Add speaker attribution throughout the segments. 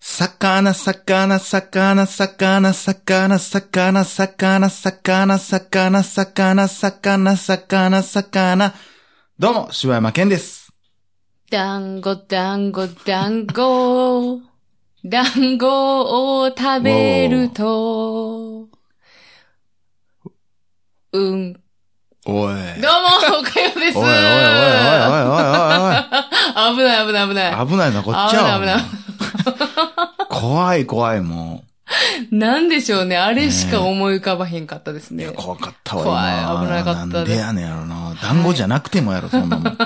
Speaker 1: 魚魚魚魚魚魚魚魚魚魚魚魚魚魚どうも、柴山健です。
Speaker 2: 団子、団子、団子。団子を食べると、うん。ど
Speaker 1: おい。
Speaker 2: うも、おかよです。
Speaker 1: おいおいおいおいおいおい
Speaker 2: 危ない、危ない、危ない
Speaker 1: おい。危ないな、こっち
Speaker 2: 危ない
Speaker 1: は。怖い怖いも
Speaker 2: なんでしょうね。あれしか思い浮かばへんかったです
Speaker 1: う。いや、
Speaker 2: ね。
Speaker 1: 怖かったわ、
Speaker 2: 怖い
Speaker 1: 今
Speaker 2: 危なかっ
Speaker 1: な
Speaker 2: た
Speaker 1: んで
Speaker 2: です
Speaker 1: やねんやろな。団子じゃなくてもやろ、そんなもん。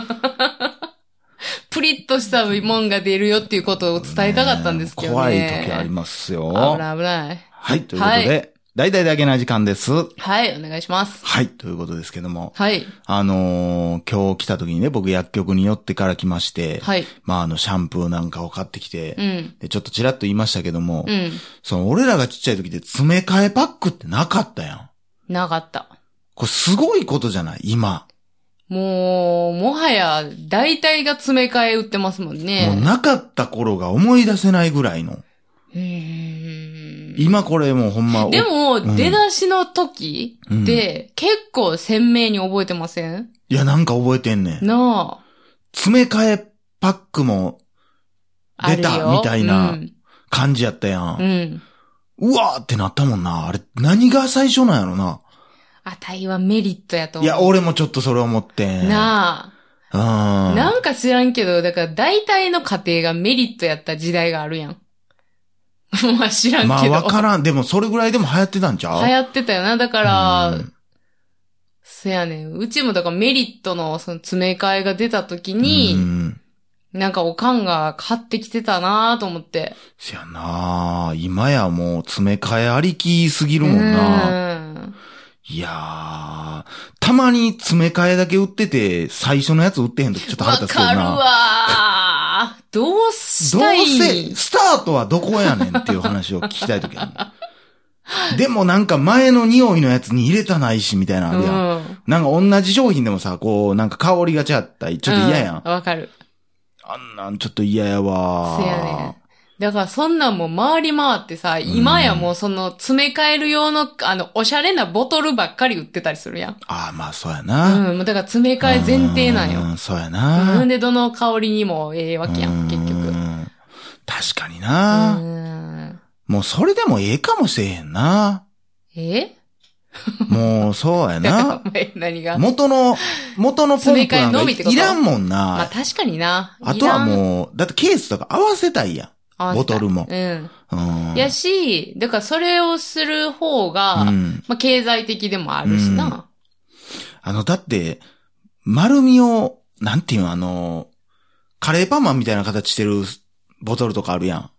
Speaker 2: プリッとしたもんが出るよっていうことを伝えたかったんですけどね。
Speaker 1: 怖い時ありますよ。
Speaker 2: 危ない、危ない。
Speaker 1: はい、ということ
Speaker 2: は
Speaker 1: で、大体だけな時間です。
Speaker 2: はい、お願いします。
Speaker 1: はい、ということですけども。
Speaker 2: はい、
Speaker 1: あのー今日来た時にね、僕薬局に寄ってから来まして、
Speaker 2: はい。
Speaker 1: まああの、シャンプーなんかを買ってきて、
Speaker 2: うん、
Speaker 1: で、ちょっとちらっと言いましたけども、
Speaker 2: うん。
Speaker 1: その、俺らがちっちゃい時で詰め替えパックってなかったやん。
Speaker 2: なかった。
Speaker 1: これすごいことじゃない今。
Speaker 2: もう、もはや、大体が詰め替え売ってますもん
Speaker 1: もう
Speaker 2: ね。
Speaker 1: なかった頃が思い出せないぐらいの。
Speaker 2: うーん
Speaker 1: 今これもうほんま、
Speaker 2: でも、
Speaker 1: ん
Speaker 2: 出だしの時
Speaker 1: うん
Speaker 2: って、結構鮮明に覚えてません
Speaker 1: いやなんか覚えてんねん。
Speaker 2: な
Speaker 1: 詰め替えパックも
Speaker 2: あ。
Speaker 1: 出た
Speaker 2: あるよ
Speaker 1: みたいな
Speaker 2: うん。
Speaker 1: 感じやったや。
Speaker 2: うんん
Speaker 1: うわーってなったもんな。あれ、何が最初なんやろな。
Speaker 2: あたいはメリットやと
Speaker 1: い
Speaker 2: 思う。
Speaker 1: や、俺もちょっとそれ思ってん。
Speaker 2: な
Speaker 1: うん。
Speaker 2: あ。
Speaker 1: な
Speaker 2: なんか知らんけど、だから大体の家庭がメリットやった時代があるやん。 まあ知らんけど。
Speaker 1: まあ、わからん。でも、それぐらいでも流行ってたんちゃう
Speaker 2: 流
Speaker 1: っ
Speaker 2: 行ってたよな。だから、そやねん。うちもだからメリットのその詰め替えが出た時
Speaker 1: う
Speaker 2: に、
Speaker 1: ん。
Speaker 2: なんかおかんが買ってきてたなと思って。
Speaker 1: せやな今やもう、詰め替えありきすぎ
Speaker 2: い
Speaker 1: るもんな。
Speaker 2: な。
Speaker 1: いやー、たまに詰め替えだけ売ってて、最初のやつ売ってへんときちょっと腹
Speaker 2: わ
Speaker 1: 立つけどな。
Speaker 2: かるわーどうし
Speaker 1: どう
Speaker 2: たい
Speaker 1: せ、スタートはどこやねんっていう話を聞きたいときある。でもなんか前の匂いのやつに入れたないし、みたいなのあるやん。
Speaker 2: うん。
Speaker 1: なんか同じ商品でもさ、こう、なんか香りが違ったり、ちょっと嫌やん。
Speaker 2: うわかる。
Speaker 1: あんなんちょっと嫌やわ。
Speaker 2: せやねだからそんなんもう回り回ってさ、今やもうその詰め替える用の、あの、おしゃれなボトルばっかり売ってたりするやん。
Speaker 1: ああ、まあそうや
Speaker 2: う
Speaker 1: な。
Speaker 2: ん。もうだから詰め替え前提なんよ。
Speaker 1: よ。そうや
Speaker 2: う
Speaker 1: な。
Speaker 2: んで、どの香りにもええわけやん、結
Speaker 1: う
Speaker 2: 局。
Speaker 1: ん。確かに
Speaker 2: う
Speaker 1: な。
Speaker 2: ん。
Speaker 1: もうそれでもええかもしれへん な。
Speaker 2: え
Speaker 1: もうそうやな。
Speaker 2: お前何が
Speaker 1: 元の、元のポンプなん
Speaker 2: 詰め替えの
Speaker 1: か
Speaker 2: みってこと
Speaker 1: いらんもんな。
Speaker 2: まあ確かにな。
Speaker 1: あとはいもう、だってケースとか合わせたいや
Speaker 2: らん
Speaker 1: ボトルも
Speaker 2: うん。
Speaker 1: ん。うん。
Speaker 2: やし、だからそれをする方が、
Speaker 1: うん。
Speaker 2: まあ経済的でもあるしな。
Speaker 1: あの、だって、丸みを、なんていうの、あの、カレーパンマンみたいな形してるボトルとかあるやん。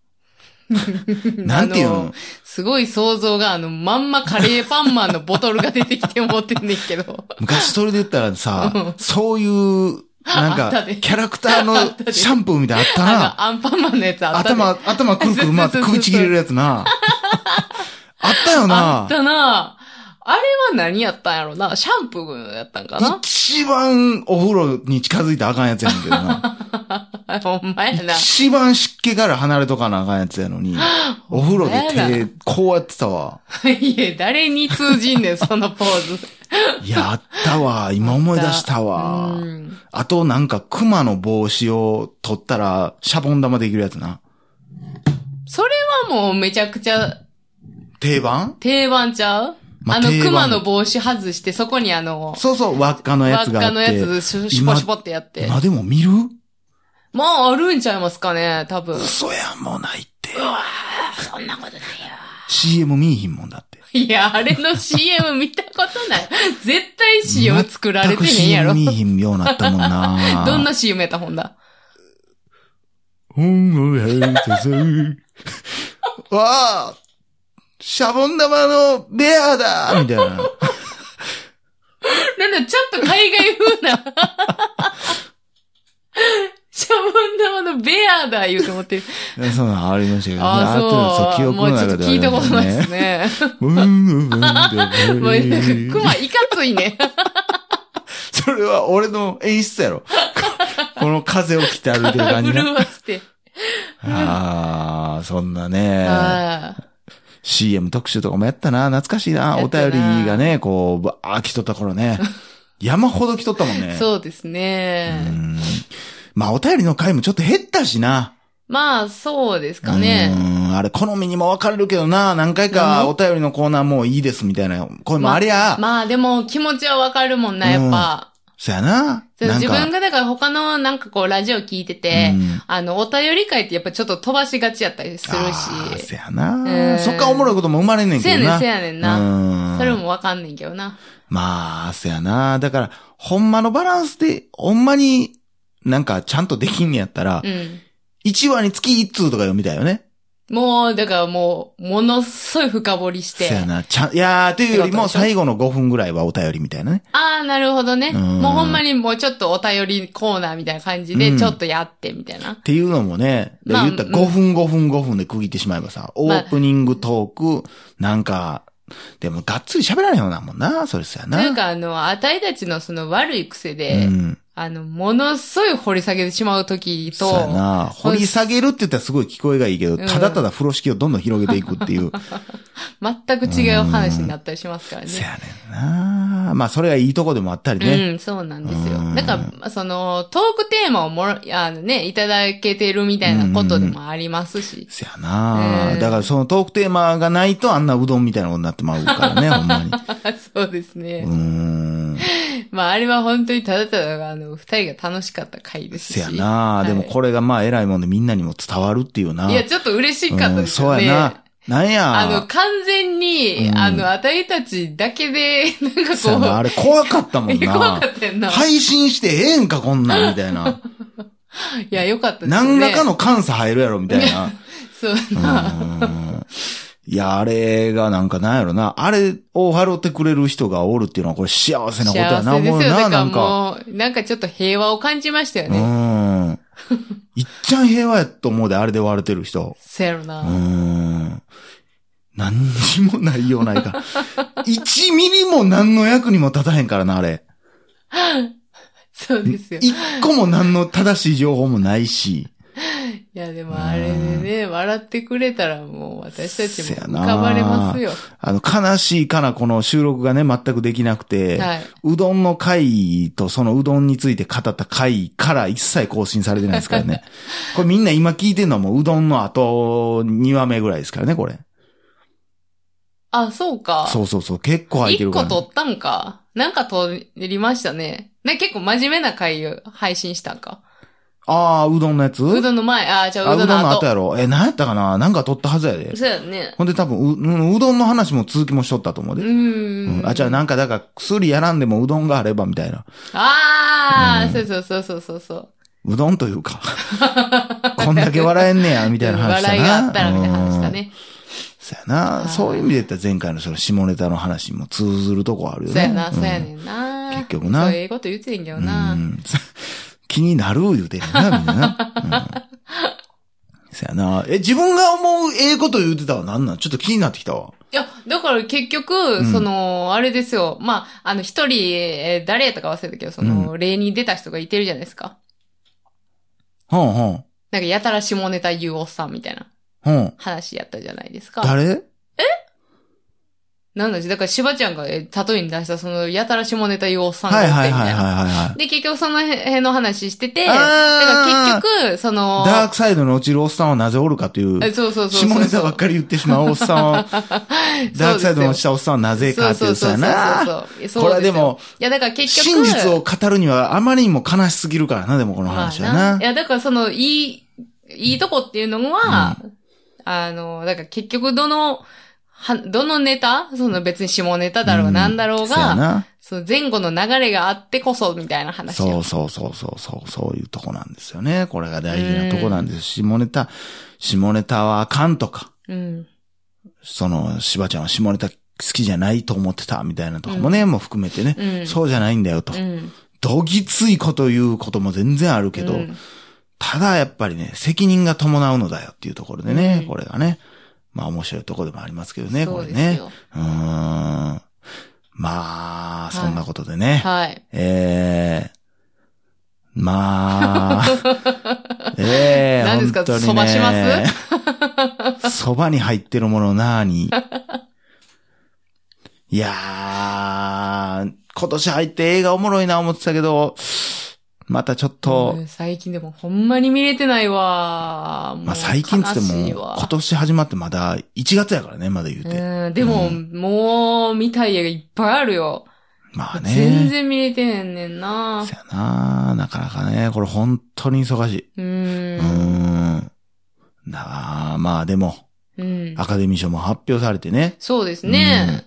Speaker 1: なんていう
Speaker 2: あ
Speaker 1: の
Speaker 2: のすごい想像が、あの、まんまカレーパンマンのボトルが出てきて思ってんねんけど。
Speaker 1: 昔それで言ったら
Speaker 2: うん
Speaker 1: さ、そういう、なん
Speaker 2: あった
Speaker 1: か、
Speaker 2: で
Speaker 1: キャラクター
Speaker 2: あった
Speaker 1: の
Speaker 2: で
Speaker 1: シャンプーみたいなのあった
Speaker 2: あ
Speaker 1: な。
Speaker 2: の、アンパンマンのやつあったで。
Speaker 1: 頭、頭くるくる、まあ、
Speaker 2: そうそうそうそう
Speaker 1: 首ちぎれるやつな。あったよ
Speaker 2: あ
Speaker 1: な
Speaker 2: っ。たな。あれは何やったんやろな。シャンプーやったんかな
Speaker 1: 一番お風呂に近づいたらあかんやつやねんけど な。
Speaker 2: ほんまやな。
Speaker 1: 一番湿気から離れとかなあかんやつやの に、お風呂
Speaker 2: ほんまや
Speaker 1: で
Speaker 2: な
Speaker 1: 手、こうやってたわ。
Speaker 2: いえ、誰に通じんねん、そのポーズ。
Speaker 1: いや、あった わ。今思い出したわ
Speaker 2: う。ん
Speaker 1: あとなんか、熊の帽子を取ったら、シャボン玉できるやつな。
Speaker 2: それはもうめちゃくちゃ
Speaker 1: 定番
Speaker 2: 定番ちゃう、
Speaker 1: まあ
Speaker 2: あの
Speaker 1: 定、番
Speaker 2: 熊の帽子外して、そこにあの、
Speaker 1: そうそう、輪っかのや
Speaker 2: 輪っ
Speaker 1: つがあ
Speaker 2: か
Speaker 1: って。
Speaker 2: のやつ、シュシュポシュポってやって。
Speaker 1: 今でも見る
Speaker 2: まあ、あるんちゃいますかね、多分。
Speaker 1: 嘘やん、もうないって。
Speaker 2: そんなことないよ。
Speaker 1: CM 見えひんもんだって。
Speaker 2: いや、あれの CM 見たことない。絶対 CM 作られてへんやろ
Speaker 1: 全く CM。見えひんようになったもんな。
Speaker 2: どん な CM やった、ほんだ。
Speaker 1: 本を吐いたぞ。わあシャボン玉のベアだみたいな。
Speaker 2: なんだ、ちょっと海外風な。シャボン玉のベアだ言うと思ってる。
Speaker 1: そんなのありましたけど、
Speaker 2: ああ、
Speaker 1: と
Speaker 2: そう。もうちょっと聞いたことないです。ね。
Speaker 1: うんうんうん。
Speaker 2: もうなんか、クマいかついね。
Speaker 1: それは俺の演出やろ。この風を切って歩いてる感 じね。
Speaker 2: 潤わして。
Speaker 1: ああ、そんなね、
Speaker 2: ああ
Speaker 1: CM 特集とかもやったな、懐かしいな、
Speaker 2: や
Speaker 1: お
Speaker 2: ったな
Speaker 1: 便りがね、こう、ばー来とった頃 ね、山ほど来とったもんね。
Speaker 2: そうです
Speaker 1: う
Speaker 2: ね。
Speaker 1: んまあ、お便りの回もちょっと減ったしな。
Speaker 2: まあ、そうですか
Speaker 1: う
Speaker 2: ね。
Speaker 1: ん、あれ、好みにも分かれるけどな、何回
Speaker 2: な
Speaker 1: か
Speaker 2: の
Speaker 1: お便りのコーナーもういいですみたいな声もありゃ、
Speaker 2: まあ、でも気持ちはわかるもんな、やっぱ。
Speaker 1: そやな。
Speaker 2: そう
Speaker 1: なん
Speaker 2: 自分
Speaker 1: か、
Speaker 2: がだから他のなんかこうラジオ聞いてて、
Speaker 1: うん
Speaker 2: あの、お便り会ってやっぱちょっと飛ばしがちやったりする
Speaker 1: あー
Speaker 2: し。
Speaker 1: そやな、
Speaker 2: うん
Speaker 1: そっからおもろいことも生まれんねん
Speaker 2: せ
Speaker 1: けど
Speaker 2: やねん、
Speaker 1: な。
Speaker 2: せやねんな。
Speaker 1: うん
Speaker 2: それもわかんねんけどな。
Speaker 1: まあ、そやな。だから、ほんまのバランスで、ほんまに、なんか、ちゃんとできんねやったら
Speaker 2: う、ん。
Speaker 1: 1話につき1通とか読みたいよね。
Speaker 2: もう、だからもう、ものすごい深掘りし
Speaker 1: そ
Speaker 2: て。
Speaker 1: やな。ちゃん、いやー、というよりも、
Speaker 2: ってことでしょ
Speaker 1: 最後の5分ぐらいはお便りみたいなね。
Speaker 2: ああ、なるほどね。
Speaker 1: うん
Speaker 2: もうほんまにもうちょっとお便りコーナーみたいな感じ
Speaker 1: う
Speaker 2: で、
Speaker 1: ん
Speaker 2: ちょっとやって、みたいな
Speaker 1: っ。ていうのもね、で
Speaker 2: まあ
Speaker 1: 言ったら5分5分5分で区切ってしまえばさ、オ
Speaker 2: まあ
Speaker 1: ープニングトーク、なんか、でもがっつり喋らないようなもんな、それっすやな。
Speaker 2: というか、あの、あたいたちのその悪い癖
Speaker 1: う
Speaker 2: で、
Speaker 1: ん。
Speaker 2: あの、ものすごい掘り下げてしまう時
Speaker 1: そうや
Speaker 2: と、
Speaker 1: な。掘り下げるって言ったらすごい聞こえがいいけど、
Speaker 2: ん
Speaker 1: ただただ風呂敷をどんどん広げていくっていう。
Speaker 2: 全く違う話になったりしますからね。
Speaker 1: そやねんな。まあそれがいいとこでもあったりね。
Speaker 2: うん、そうなんですよ
Speaker 1: うん。
Speaker 2: だから、その、トークテーマをもろ、あのね、いただけてるみたいなことでもありますし。
Speaker 1: そやな、
Speaker 2: うん
Speaker 1: だからそのトークテーマがないとあんなうどんみたいなことになってまうから ね、ほんまに。
Speaker 2: そうですね。
Speaker 1: うーん。
Speaker 2: まあ、あれは本当にただただ、あの、二人が楽しかった回ですし。
Speaker 1: せやな、
Speaker 2: はい
Speaker 1: でもこれがまあ偉いもんでみんなにも伝わるっていうな。
Speaker 2: いや、ちょっと嬉しかったです
Speaker 1: う
Speaker 2: よ
Speaker 1: ん、
Speaker 2: ね。
Speaker 1: そうやな。なんや。
Speaker 2: あの、完全に、
Speaker 1: うん
Speaker 2: あの、あたいたちだけで、なんか
Speaker 1: そうやなあ
Speaker 2: こ
Speaker 1: れ怖かった
Speaker 2: う、
Speaker 1: もん
Speaker 2: いや 怖か
Speaker 1: な。
Speaker 2: ったよな。い。
Speaker 1: 配信してええんか、こんなん、みたい な。
Speaker 2: いや、よかったですね。
Speaker 1: 何らか。の監査入るやろ、みたいな。
Speaker 2: そう
Speaker 1: う
Speaker 2: やな。
Speaker 1: んいや、あれがなんかなんやろな。あれを払ってくれる人がおるっていうのは、これ幸せなことや
Speaker 2: 幸
Speaker 1: な、
Speaker 2: せです
Speaker 1: 思
Speaker 2: よ。
Speaker 1: う
Speaker 2: だ
Speaker 1: な、
Speaker 2: か
Speaker 1: な
Speaker 2: ら
Speaker 1: んか。
Speaker 2: もう、なんかちょっと平和を感じましたよ
Speaker 1: う
Speaker 2: ね。
Speaker 1: ん。いっちゃん平和やと思うで、あれで割れてる人。
Speaker 2: そうやろ
Speaker 1: うー
Speaker 2: な。
Speaker 1: ん。何にもないようないか。1ミリも何の役にも立たへんからな、あれ。
Speaker 2: そうですよ。い
Speaker 1: 1個も何の正しい情報もないし。
Speaker 2: や、でもあれでね、笑ってくれたらもう、私たち
Speaker 1: せや
Speaker 2: も
Speaker 1: な
Speaker 2: 浮かばれますよ。
Speaker 1: あの、悲しいかな、この収録がね、全くできなくて。
Speaker 2: はいう
Speaker 1: どんの回と、そのうどんについて語った回から一切更新されてないですから ね。これみんな今聞いてるのはもううどんの後2話目ぐらいですからね、これ。
Speaker 2: あ、そうか。
Speaker 1: そうそうそう、結構空いて
Speaker 2: 一
Speaker 1: るか
Speaker 2: 個
Speaker 1: ら、
Speaker 2: 取ったんか。なんか取りましたね。ね、結構真面目な回を配信したんか。
Speaker 1: ああ、うどんのやつ
Speaker 2: うどんの前、あ、じゃ
Speaker 1: あ
Speaker 2: あう
Speaker 1: う
Speaker 2: ど
Speaker 1: どん
Speaker 2: んの
Speaker 1: の後
Speaker 2: 後。
Speaker 1: やろ。え、何やったかななんか取ったはずやで。
Speaker 2: そうやね。
Speaker 1: ほんで多分う、うんうどんの話も続きもしとったと思う
Speaker 2: う
Speaker 1: で。
Speaker 2: ー。
Speaker 1: うんんあ、じゃあなんか、だから薬やらんでもうどんがあればみたいな。
Speaker 2: あー、そうそうそうそうそう。
Speaker 1: うどんという か。こんだけ笑えんねや、み
Speaker 2: み
Speaker 1: たいな話したな。
Speaker 2: 笑いがあったらみたいな話したね。
Speaker 1: うん。そうやな。
Speaker 2: ー
Speaker 1: そういう意味で言ったら前回のその下ネタの話にも通ずるとこあるよ
Speaker 2: そ
Speaker 1: ね。
Speaker 2: うやな、そうや
Speaker 1: ん。
Speaker 2: ねんな。
Speaker 1: 結局な
Speaker 2: そういうこと言うてんけど
Speaker 1: う
Speaker 2: な。
Speaker 1: ん。 気になる言うてるな、みんなな。うんそうやな。え、自分が思うええこと言うてたわ。なんなんちょっと気になってきたわ。
Speaker 2: いや、だから結局、
Speaker 1: ん
Speaker 2: その、あれですよ。まあ、あの、一人、えー誰とか忘れたけど、その、例に出た人がいてるじゃないですか。
Speaker 1: ほんほん。
Speaker 2: なんか、やたら下ネタ言うおっさんみたいな
Speaker 1: ほん。
Speaker 2: 話やったじゃないですか。
Speaker 1: 誰
Speaker 2: なんだし、だから、しばちゃんが、えー例えに出した、その、やたら下ネタ言うおっさんがおっ
Speaker 1: はい
Speaker 2: て、み
Speaker 1: は
Speaker 2: た
Speaker 1: い
Speaker 2: い
Speaker 1: はいはい
Speaker 2: な。
Speaker 1: はいはい。
Speaker 2: で、結局その辺の話してて、だから
Speaker 1: あー
Speaker 2: 結局、その、
Speaker 1: ダークサイドの落ちるおっさんはなぜおるかという、
Speaker 2: えそうそうそうそう。
Speaker 1: 下ネタばっかり言ってしまうおっさんは、 ダークサイドの落ちたおっさんはなぜかっていうさやな。
Speaker 2: そうそうそうそうそう
Speaker 1: これはでも、
Speaker 2: いや、だから結
Speaker 1: 真
Speaker 2: 局。
Speaker 1: 実を語るにはあまりにも悲しすぎるからな、でもこの話は
Speaker 2: まあ
Speaker 1: な。
Speaker 2: いや、だからその、いい、いいとこっていうのは、あの、だから結局どの、は、どのネタその別に下ネタだろう、なんだろう
Speaker 1: そや
Speaker 2: が、
Speaker 1: な
Speaker 2: その前後の流れがあってこそ、みたいな話
Speaker 1: そ
Speaker 2: よ。
Speaker 1: うそうそうそうそう、そういうとこなんですよね。これが大事なとこなんです。下ネタ、下ネタはあかんとか、
Speaker 2: うん。
Speaker 1: その、しばちゃんは下ネタ好きじゃないと思ってたみたいなとかもね、もう含めてね、
Speaker 2: うん
Speaker 1: そうじゃないんだよと。
Speaker 2: うん。
Speaker 1: どぎついこと言うことも全然あるけど、
Speaker 2: うん
Speaker 1: ただやっぱりね、責任が伴うのだよっていうところでね、
Speaker 2: うん
Speaker 1: これがね。まあ面白いところでもありますけどね、
Speaker 2: そ
Speaker 1: こ
Speaker 2: う
Speaker 1: れ
Speaker 2: で
Speaker 1: ね
Speaker 2: す。よ。
Speaker 1: うーん。まあ、
Speaker 2: い
Speaker 1: そんなことでね。
Speaker 2: はい。
Speaker 1: えー、ま
Speaker 2: 何です
Speaker 1: 本
Speaker 2: か
Speaker 1: 当にね
Speaker 2: そばし ます
Speaker 1: そばに入ってるものなーに。いやー、今年入って映画おもろいな思ってたけど、またちょっと
Speaker 2: う、ん最近でもほんまに見れてないわ。もう
Speaker 1: まあ最近っつって
Speaker 2: 悲しい
Speaker 1: も、
Speaker 2: わ
Speaker 1: 今年始まってまだ1月やからね、まだ言うて。
Speaker 2: うん、でも、
Speaker 1: う
Speaker 2: もう、見たい映画いっぱいあるよ。
Speaker 1: まあね。
Speaker 2: 全然見れてへんねんな
Speaker 1: そ。やななかなかね、これ本当に忙しい。
Speaker 2: う
Speaker 1: うー
Speaker 2: ん。
Speaker 1: ん。なあ、まあでも、
Speaker 2: うん。
Speaker 1: アカデミー賞も発表されてね。
Speaker 2: そうですね。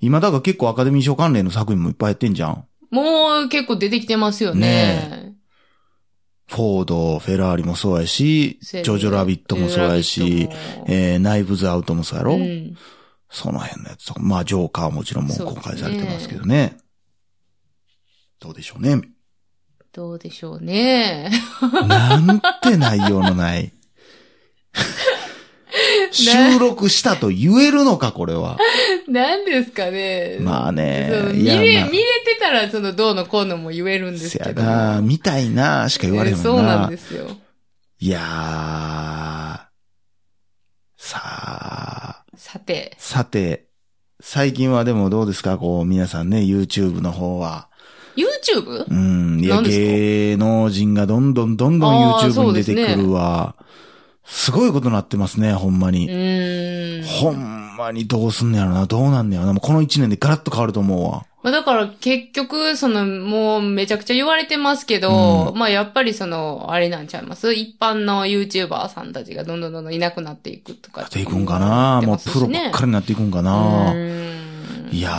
Speaker 1: 今だから結構アカデミー賞関連の作品もいっぱいやってんじゃん。
Speaker 2: もう結構出てきてますよね。
Speaker 1: フォード、フェラーリもそうやし、ジ
Speaker 2: せやね
Speaker 1: ョジョラビットもそうやし、
Speaker 2: え
Speaker 1: えー、ナイブズアウトもそうやろ、
Speaker 2: うん。
Speaker 1: その辺のやつとか、まあジョーカーはもちろんもう公開されてますけどね。どうでしょうね。
Speaker 2: どうでしょうね。
Speaker 1: なんて内容のない。収録したと言えるのか、これ は。
Speaker 2: 何ですかね。
Speaker 1: まあ
Speaker 2: そう
Speaker 1: ね。
Speaker 2: 見
Speaker 1: ま
Speaker 2: れ、
Speaker 1: あ
Speaker 2: 見れてたら、その、どうのこうのも言えるんです
Speaker 1: せ
Speaker 2: け
Speaker 1: や
Speaker 2: ど。
Speaker 1: な、見たいな、しか言われへんもんな。
Speaker 2: そうなんですよ。
Speaker 1: いやー。さあ、
Speaker 2: さて。
Speaker 1: さて、最近はでもどうですかこう、皆さんね、YouTube の方は。
Speaker 2: YouTube?
Speaker 1: うん、いや、
Speaker 2: 何ですか
Speaker 1: 芸能人がどんどんどんどん
Speaker 2: あー
Speaker 1: YouTube
Speaker 2: そ
Speaker 1: に
Speaker 2: うで
Speaker 1: 出
Speaker 2: す
Speaker 1: て
Speaker 2: ね
Speaker 1: くるわ。すごいことなってますね、ほんまに
Speaker 2: う。ーん。
Speaker 1: ほんまにどうすんのやろな、どうなんねやろな。もうこの一年でガラッと変わると思うわ。
Speaker 2: まあだから結局、その、もうめちゃくちゃ言われてますけど、
Speaker 1: う
Speaker 2: まあやっぱりその、あれなんちゃいます一般の YouTuber さんたちがどんどんどんどんいなくなっていくとか
Speaker 1: やっていくんかな、
Speaker 2: 言
Speaker 1: も
Speaker 2: っ
Speaker 1: う
Speaker 2: てます
Speaker 1: プロば
Speaker 2: しね
Speaker 1: っかりになっていくんかな。
Speaker 2: うーん
Speaker 1: いや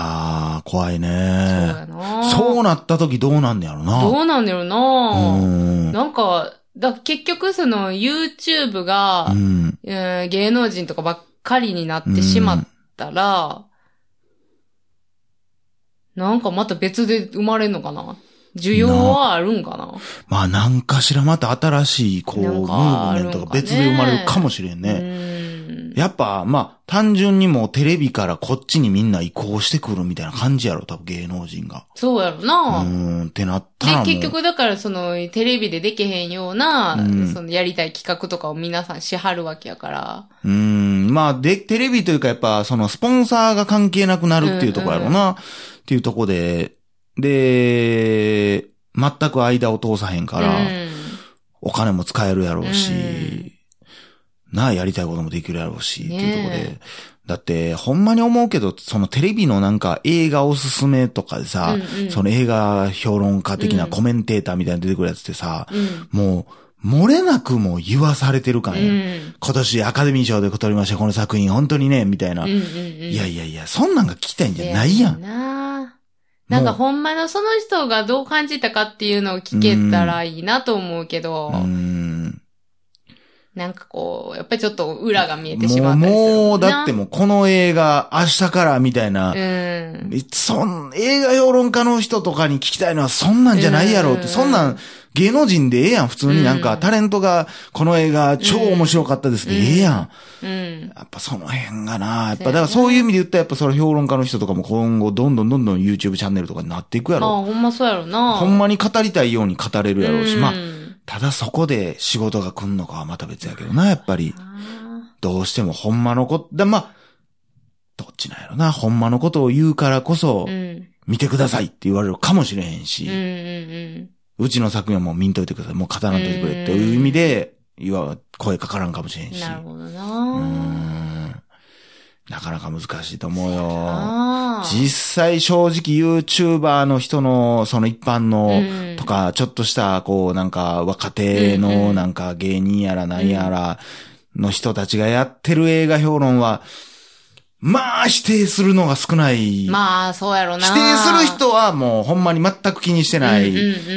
Speaker 1: ー、怖い
Speaker 2: そう
Speaker 1: ね。
Speaker 2: やな
Speaker 1: そうなった時どうなんねやろな。
Speaker 2: どうなんだろうな、
Speaker 1: うん
Speaker 2: なんか、だ結局その YouTube が、
Speaker 1: うん。
Speaker 2: えー芸能人とかばっかりになってしまったら、なんかまた別で生まれんのかな需要はあるんかな
Speaker 1: まあ、なんかしらまた新しい、こう、ム
Speaker 2: な
Speaker 1: ー
Speaker 2: んかあ
Speaker 1: ブメ
Speaker 2: るん
Speaker 1: ン
Speaker 2: かね
Speaker 1: トが別で生まれるかもしれんね。
Speaker 2: ね
Speaker 1: やっぱ、まあ、単純にもうテレビからこっちにみんな移行してくるみたいな感じやろ、多分芸能人が。
Speaker 2: そうやろ
Speaker 1: う
Speaker 2: な。
Speaker 1: ーん、ってなったらも
Speaker 2: で、
Speaker 1: う。
Speaker 2: 結局だからその、テレビでできへんような、
Speaker 1: うん
Speaker 2: その、やりたい企画とかを皆さんしはるわけやから。
Speaker 1: うーん、まあ、で、テレビというかやっぱ、そのスポンサーが関係なくなるっていうところやろうな、っていうとこで、で、全く間を通さへんから、
Speaker 2: うん
Speaker 1: お金も使えるやろうし、
Speaker 2: うん
Speaker 1: なあ、やりたいこともできるやろうし、っていうとこ
Speaker 2: ね
Speaker 1: で、だって、ほんまに思うけど、そのテレビのなんか映画おすすめとかでさ、
Speaker 2: うんうん
Speaker 1: その映画評論家的な
Speaker 2: うん
Speaker 1: コメンテーターみたいなの出てくるやつってさ、
Speaker 2: うん。
Speaker 1: もう、漏れなくもう言わされてる感
Speaker 2: う
Speaker 1: や、
Speaker 2: ん。
Speaker 1: 今年アカデミー賞で取りました、この作品、本当にね、みたいな。
Speaker 2: うん。うん。
Speaker 1: いや
Speaker 2: い
Speaker 1: いやいや、そんなんが聞きたいんじゃないやん。
Speaker 2: ななんか
Speaker 1: も
Speaker 2: ほんまのその人がどう感じたかっていうのを聞けたらいいなと思うけど、
Speaker 1: ううーん。
Speaker 2: なんかこう、やっぱりちょっと裏が見えてし
Speaker 1: も
Speaker 2: ま
Speaker 1: う、
Speaker 2: ったりする
Speaker 1: も
Speaker 2: も
Speaker 1: う、
Speaker 2: んな。
Speaker 1: だってもう、この映画、明日から、みたいな。
Speaker 2: うん。
Speaker 1: そん、映画評論家の人とかに聞きたいのは、そんなんじゃないやろうっ
Speaker 2: う
Speaker 1: て、
Speaker 2: ん
Speaker 1: そんなん、芸能人でええやん、普通になん
Speaker 2: う
Speaker 1: か、
Speaker 2: ん
Speaker 1: タレントが、この映画、超面白かったですで、
Speaker 2: うん
Speaker 1: ええやん。
Speaker 2: うん。
Speaker 1: やっぱその辺がな、やっぱ、
Speaker 2: そ
Speaker 1: だ
Speaker 2: うやな
Speaker 1: からそういう意味で言ったら、やっぱその評論家の人とかも今後、どんどんどんどん YouTube チャンネルとかになっていくや
Speaker 2: ま
Speaker 1: ろ
Speaker 2: あほんまそうやろな。
Speaker 1: ほんまに語りたいように語れるやろうし、
Speaker 2: ん
Speaker 1: まあ、ただそこで仕事が来んのかはまた別やけどな、やっぱり。
Speaker 2: あ
Speaker 1: どうしてもほんまのこと、だまあ、どっちなんやろな、ほんまのことを言うからこそ
Speaker 2: ーう、ん。
Speaker 1: 見てくださいって言われるかもしれへん
Speaker 2: うん
Speaker 1: し、
Speaker 2: うんうん。
Speaker 1: うちの作品はもう見んといてください、もう語らんといてくれっていう意味で、いわ声かからんかもしれんし。
Speaker 2: なるほど
Speaker 1: うー
Speaker 2: なん
Speaker 1: なかなか難しいと思うよ。
Speaker 2: あー
Speaker 1: 実際正直 YouTuber の人の、その一般の、
Speaker 2: うん
Speaker 1: とか、ちょっとした、こう、なんか、若手の、なんか、芸人やらなんやら、の人たちがやってる映画評論は、まあ、否定するのが少ない。
Speaker 2: まあ、そうやろな。
Speaker 1: 否定する人はもう、ほんまに全く気にしてない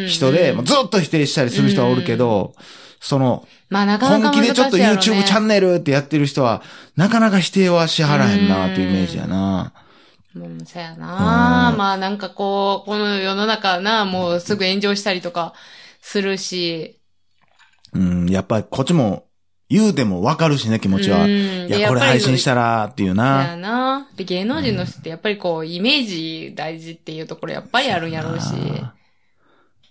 Speaker 1: 人で、もうずっと否定したりする人はおるけど、その、
Speaker 2: まあ、なかなか
Speaker 1: 本気でちょっと YouTube チャ
Speaker 2: ン
Speaker 1: ンネルってやってる人は、なかなか否定はしはらへんな、というイメージやな。
Speaker 2: うん、そうやな
Speaker 1: う。ん
Speaker 2: まあ、なんかこう、この世の中な、もうすぐ炎上したりとかするし。
Speaker 1: うん、やっぱりこっちも、言うてもわかるしね、気持ちは。
Speaker 2: うん
Speaker 1: いや、これ配信したら、っていう
Speaker 2: やっぱ
Speaker 1: な。
Speaker 2: りそうやな。で、芸能人の人ってやっぱりこう、イメージ大事っていうところやっぱりあるんやろうし。
Speaker 1: なあ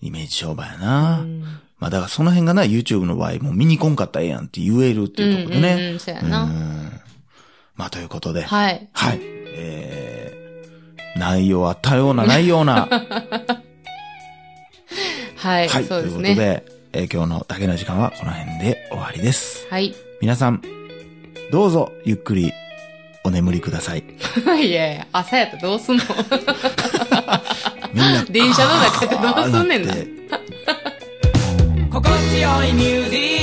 Speaker 1: イメージ商売や
Speaker 2: う
Speaker 1: な。
Speaker 2: ん
Speaker 1: まあだからその辺がな、YouTube の場合、もう見に来んかったらええやんって言えるっていうところで
Speaker 2: うんうん
Speaker 1: ね。
Speaker 2: うん、そうや
Speaker 1: うん
Speaker 2: な。
Speaker 1: まあということで、はい。
Speaker 2: はい。
Speaker 1: えー、内容あったような、ないよう な。は
Speaker 2: はい。
Speaker 1: い、と
Speaker 2: そう
Speaker 1: い
Speaker 2: で
Speaker 1: う
Speaker 2: す
Speaker 1: こと
Speaker 2: ね。
Speaker 1: で、えー今日のだけの時間はこの辺で終わりです。
Speaker 2: はい。
Speaker 1: 皆さん、どうぞゆっくりお眠りくださ い。
Speaker 2: いやいや、朝やったらどうすんの
Speaker 1: みんな、
Speaker 2: 電車の中でどうすんねん
Speaker 1: カ
Speaker 2: な
Speaker 1: ーって
Speaker 3: 心地よいミュージック